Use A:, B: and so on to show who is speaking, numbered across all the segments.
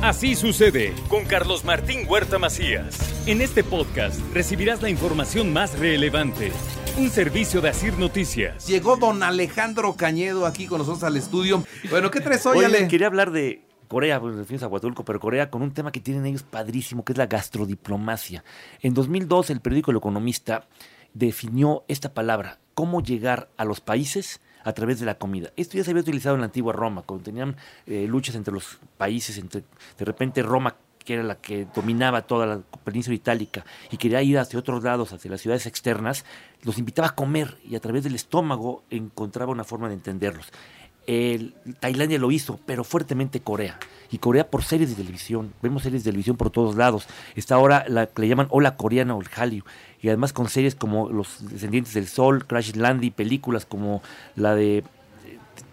A: Así sucede con Carlos Martín Huerta Macías. En este podcast recibirás la información más relevante. Un servicio de Asir Noticias.
B: Llegó don Alejandro Cañedo aquí con nosotros al estudio. Bueno, ¿qué traes hoy,
C: Oye,
B: Ale?
C: quería hablar de Corea, pues fin Aguatulco, pero Corea con un tema que tienen ellos padrísimo, que es la gastrodiplomacia. En 2002, el periódico El Economista definió esta palabra, cómo llegar a los países a través de la comida. Esto ya se había utilizado en la antigua Roma, cuando tenían eh, luchas entre los países, entre de repente Roma que era la que dominaba toda la península itálica y quería ir hacia otros lados, hacia las ciudades externas, los invitaba a comer y a través del estómago encontraba una forma de entenderlos. El- Tailandia lo hizo, pero fuertemente Corea. Y Corea por series de televisión. Vemos series de televisión por todos lados. Está ahora la que le llaman Ola Coreana o el Hallyu. Y además con series como Los Descendientes del Sol, Crash Landy, películas como la de.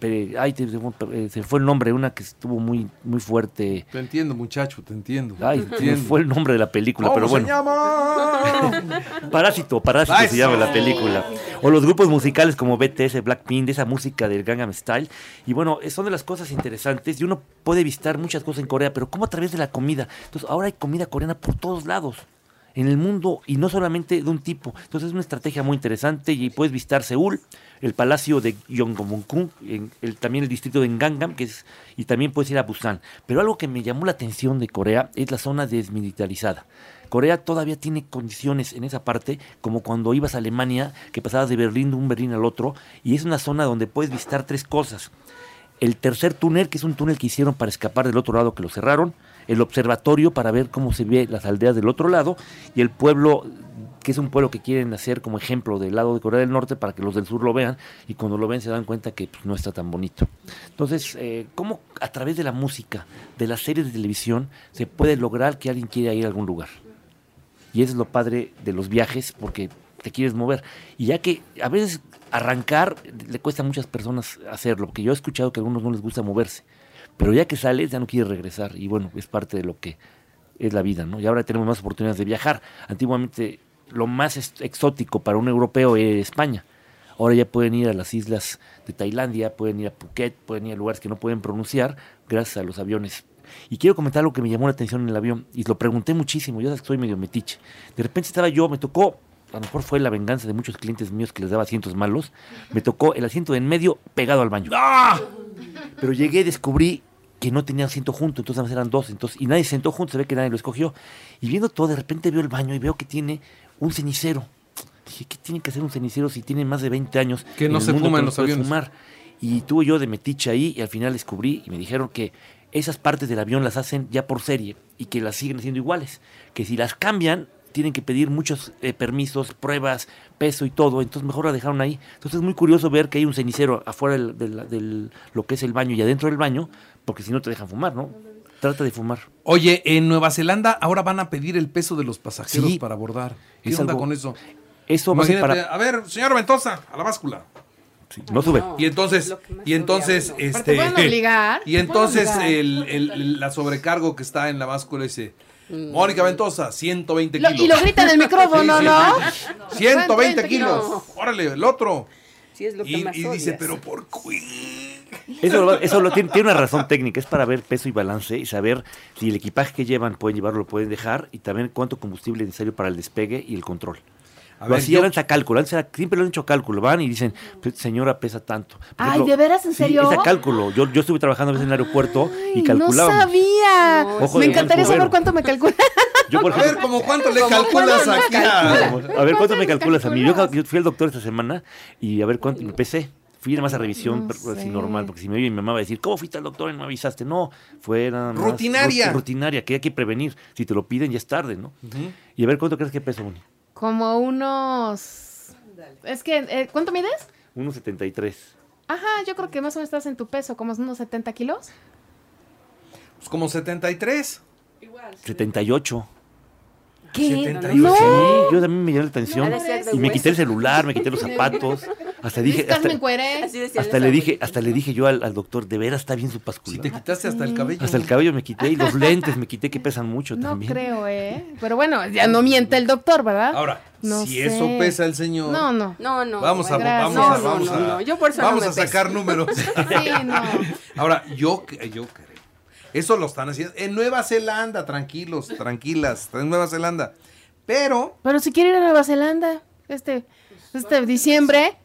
C: eh, Ay, te- se fue- eh, se fue el nombre, una que estuvo muy, muy fuerte.
B: Te entiendo, muchacho, te entiendo.
C: Ay,
B: te
C: se me
B: entiendo.
C: fue el nombre de la película, pero bueno.
B: se llama?
C: Parásito, Parásito
B: Eso.
C: se llama la película. O los grupos musicales como BTS, Blackpink, de esa música del Gangnam Style. Y bueno, eh, son de las cosas interesantes. Y uno puede visitar muchas cosas en Corea, pero ¿cómo a través de la comida? Entonces, ahora hay comida coreana por todos lados. En el mundo y no solamente de un tipo. Entonces es una estrategia muy interesante y puedes visitar Seúl, el palacio de Yongbokgung, en el- también el distrito de Gangnam, que es, y también puedes ir a Busan. Pero algo que me llamó la atención de Corea es la zona desmilitarizada. Corea todavía tiene condiciones en esa parte, como cuando ibas a Alemania, que pasabas de Berlín de un Berlín al otro, y es una zona donde puedes visitar tres cosas. El tercer túnel, que es un túnel que hicieron para escapar del otro lado, que lo cerraron. El observatorio para ver cómo se ve las aldeas del otro lado. Y el pueblo, que es un pueblo que quieren hacer como ejemplo del lado de Corea del Norte para que los del sur lo vean. Y cuando lo ven se dan cuenta que pues, no está tan bonito. Entonces, eh, ¿cómo a través de la música, de las series de televisión, se puede lograr que alguien quiera ir a algún lugar? Y eso es lo padre de los viajes, porque te quieres mover. Y ya que a veces arrancar le cuesta a muchas personas hacerlo, porque yo he escuchado que a algunos no les gusta moverse. Pero ya que sales, ya no quieres regresar. Y bueno, es parte de lo que es la vida, ¿no? Y ahora tenemos más oportunidades de viajar. Antiguamente, lo más est- exótico para un europeo era España. Ahora ya pueden ir a las islas de Tailandia, pueden ir a Phuket, pueden ir a lugares que no pueden pronunciar gracias a los aviones. Y quiero comentar algo que me llamó la atención en el avión y lo pregunté muchísimo. Yo sabes que soy medio metiche. De repente estaba yo, me tocó, a lo mejor fue la venganza de muchos clientes míos que les daba asientos malos, me tocó el asiento de en medio pegado al baño. Pero llegué y descubrí que no tenían asiento junto, entonces nada más eran dos. Entonces, y nadie se sentó junto, se ve que nadie lo escogió. Y viendo todo, de repente veo el baño y veo que tiene un cenicero. Dije, ¿qué tiene que hacer un cenicero si tiene más de 20 años?
B: Que no
C: el
B: se
C: mundo
B: fuma en
C: no
B: los
C: puede
B: aviones.
C: fumar? Y tuve yo de metiche ahí y al final descubrí y me dijeron que esas partes del avión las hacen ya por serie y que las siguen siendo iguales. Que si las cambian, tienen que pedir muchos eh, permisos, pruebas, peso y todo. Entonces mejor la dejaron ahí. Entonces es muy curioso ver que hay un cenicero afuera del, del- del- lo que es el baño y adentro del baño, porque si no te dejan fumar, ¿no? Trata de fumar.
B: Oye, en Nueva Zelanda ahora van a pedir el peso de los pasajeros
C: Sí.
B: para abordar. ¿Qué
C: Es
B: onda
C: algo-
B: con eso?
C: Eso va a ser
B: Imagínate,
C: para...
B: a ver, señor Ventosa, a la báscula.
C: Sí, no sube.
B: Y entonces,
D: Lo que más
B: y entonces,
D: odia a uno.
B: este,
E: Pero te pueden obligar,
B: y
E: te
B: entonces eh,
E: pueden
B: el, el- el- la sobrecargo que está en la báscula dice, Mónica Ventosa, 120
E: Mm. Lo-
B: kilos.
E: y lo grita en el micrófono,
B: Sí, sí,
E: ¿no?
B: sí. 120
E: 120
B: kilos.
E: kilos.
B: Órale, el otro.
D: Sí, es lo que
B: Y,
D: más
B: y dice,
D: odias.
B: pero ¿por qué?
C: Eso, lo va- eso lo tiene, tiene una razón técnica, es para ver peso y balance y saber si el equipaje que llevan pueden llevarlo, lo pueden dejar y también cuánto combustible es necesario para el despegue y el control.
B: A
C: lo
B: ver, Pues
C: hacían
B: yo-
C: antes a cálculo, antes era- siempre lo han hecho a cálculo, van y dicen, "Pues, señora pesa tanto. Por
E: Ay, ¿de veras? ¿En
C: sí,
E: serio?
C: es a cálculo, yo, yo estuve trabajando a veces en el aeropuerto y
E: Ay, No
C: calculaba.
E: sabía.
D: No,
C: Ojo
E: me
C: de buen
E: encantaría saber
C: cubero.
E: cuánto me calcula.
C: Yo, por
B: A ver,
C: ejemplo,
B: ¿cómo cuánto le
D: ¿Cómo
B: calculas
D: cuánto
B: aquí?
D: le
B: a-
C: a ver cuánto me
E: ¿Cuánto
C: calculas a mí. Yo,
E: calculas?
C: yo fui al doctor esta semana y a ver cuánto me pesé. Fui nada más a revisión,
E: No
C: pero así
E: sé.
C: normal, porque si me oye mi mamá va a decir, ¿cómo fuiste al doctor y no me avisaste? No, fue nada más
B: Rutinaria.
C: rut- Rutinaria, que hay que prevenir. Si te lo piden ya es tarde, ¿no? Y a ver cuánto crees que peso, Moni.
E: Como unos. Es que, eh, ¿cuánto mides?
C: 1,73.
E: Ajá, yo creo que más o menos estás en tu peso, como unos 70 kilos.
B: Pues como 73.
C: 78.
E: ¿Qué?
B: 78.
E: No.
C: Sí, yo también me llamó la atención.
D: Ha de ser de
C: y me quité el
D: hueso.
C: celular, me quité los zapatos. Hasta dije,
E: Estás
C: hasta,
E: me encueré.
D: Así decían
C: hasta
D: los
C: le dije,
D: abuelitos.
C: hasta le dije yo al, al doctor, de veras está bien
B: Si
C: su pascular.
D: Ah,
B: te quitaste hasta el cabello.
C: Hasta el cabello me quité y los lentes me quité que pesan mucho
E: No
C: también.
E: creo, ¿eh? Pero bueno, ya no miente el doctor, ¿verdad?
B: Ahora,
E: No
B: si
E: sé.
B: eso pesa el señor.
E: No, no.
D: No, no.
B: Vamos a,
D: no,
E: gracias.
B: vamos a,
D: no,
B: vamos
D: no,
B: a,
D: no, Yo por eso no
B: vamos
D: me
B: a sacar números.
E: Sí, no.
B: Ahora, yo, cre- yo creo Eso lo están haciendo. En Nueva Zelanda, tranquilos, tranquilas. Está en Nueva Zelanda. Pero,
E: Pero si quiere ir a Nueva Zelanda, este, este diciembre,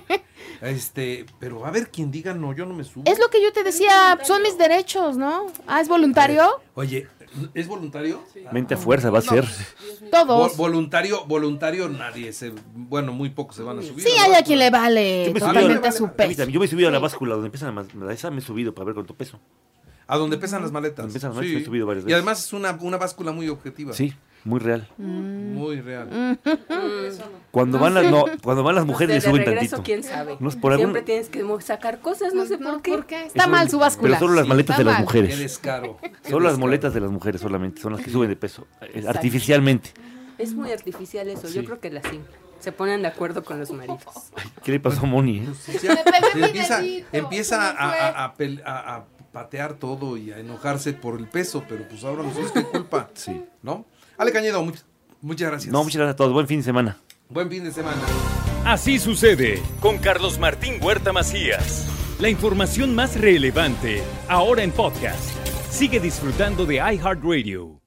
B: este, pero va a haber quien diga no, yo no me subo.
E: es lo que yo te decía, son mis derechos, ¿no? Ah, es voluntario,
B: Oye, ¿es voluntario?
C: Mente a fuerza va a ser.
B: Vol-
E: todos.
B: voluntario, voluntario, nadie se, bueno, muy pocos se van a subir.
E: Sí,
B: ¿verdad?
E: hay a quien le vale
C: Yo me subí a la-
E: Eh, totalmente a su
C: A mí
E: peso.
C: también, Yo me he subido a la báscula donde empiezan las ma- esa me he subido para ver cuánto peso.
B: A donde pesan las maletas.
C: Donde pesan las maletas, he subido varias
B: Y
C: veces.
B: además es una, una báscula muy objetiva.
C: Sí, muy real.
E: Mm.
B: Muy real.
C: Cuando van las no, cuando van las mujeres le
D: de
C: suben
D: regreso,
C: tantito.
D: quién sabe.
C: No es por
D: Siempre
C: algún-
D: tienes que mo- sacar cosas, Pues no sé por qué.
E: Está
C: Eso-
E: mal su báscula.
C: Pero solo las
E: Sí,
C: maletas
E: está
C: de las
E: mal.
B: Qué
C: mujeres.
B: descaro. qué
C: Solo las
B: descaro.
C: moletas de las mujeres solamente son las que suben de peso eh, artificialmente.
D: Es muy artificial eso. Yo creo que la simple. Se ponen de acuerdo con los maridos.
C: ¿Qué le pasó a Moni? eh?
B: Sí, sí,
E: pegué mi
B: empieza
E: dedito,
B: empieza
E: se me
B: a,
E: fue.
B: a- a pel- a- a patear todo y a enojarse por el peso, pero pues ahora nosotros qué culpa.
C: Sí.
B: ¿No? Ale Cañedo, much- muchas gracias.
C: No, muchas gracias a todos. Buen fin de semana.
B: Buen fin de semana.
A: Así sucede con Carlos Martín Huerta Macías. La información más relevante ahora en podcast. Sigue disfrutando de iHeartRadio.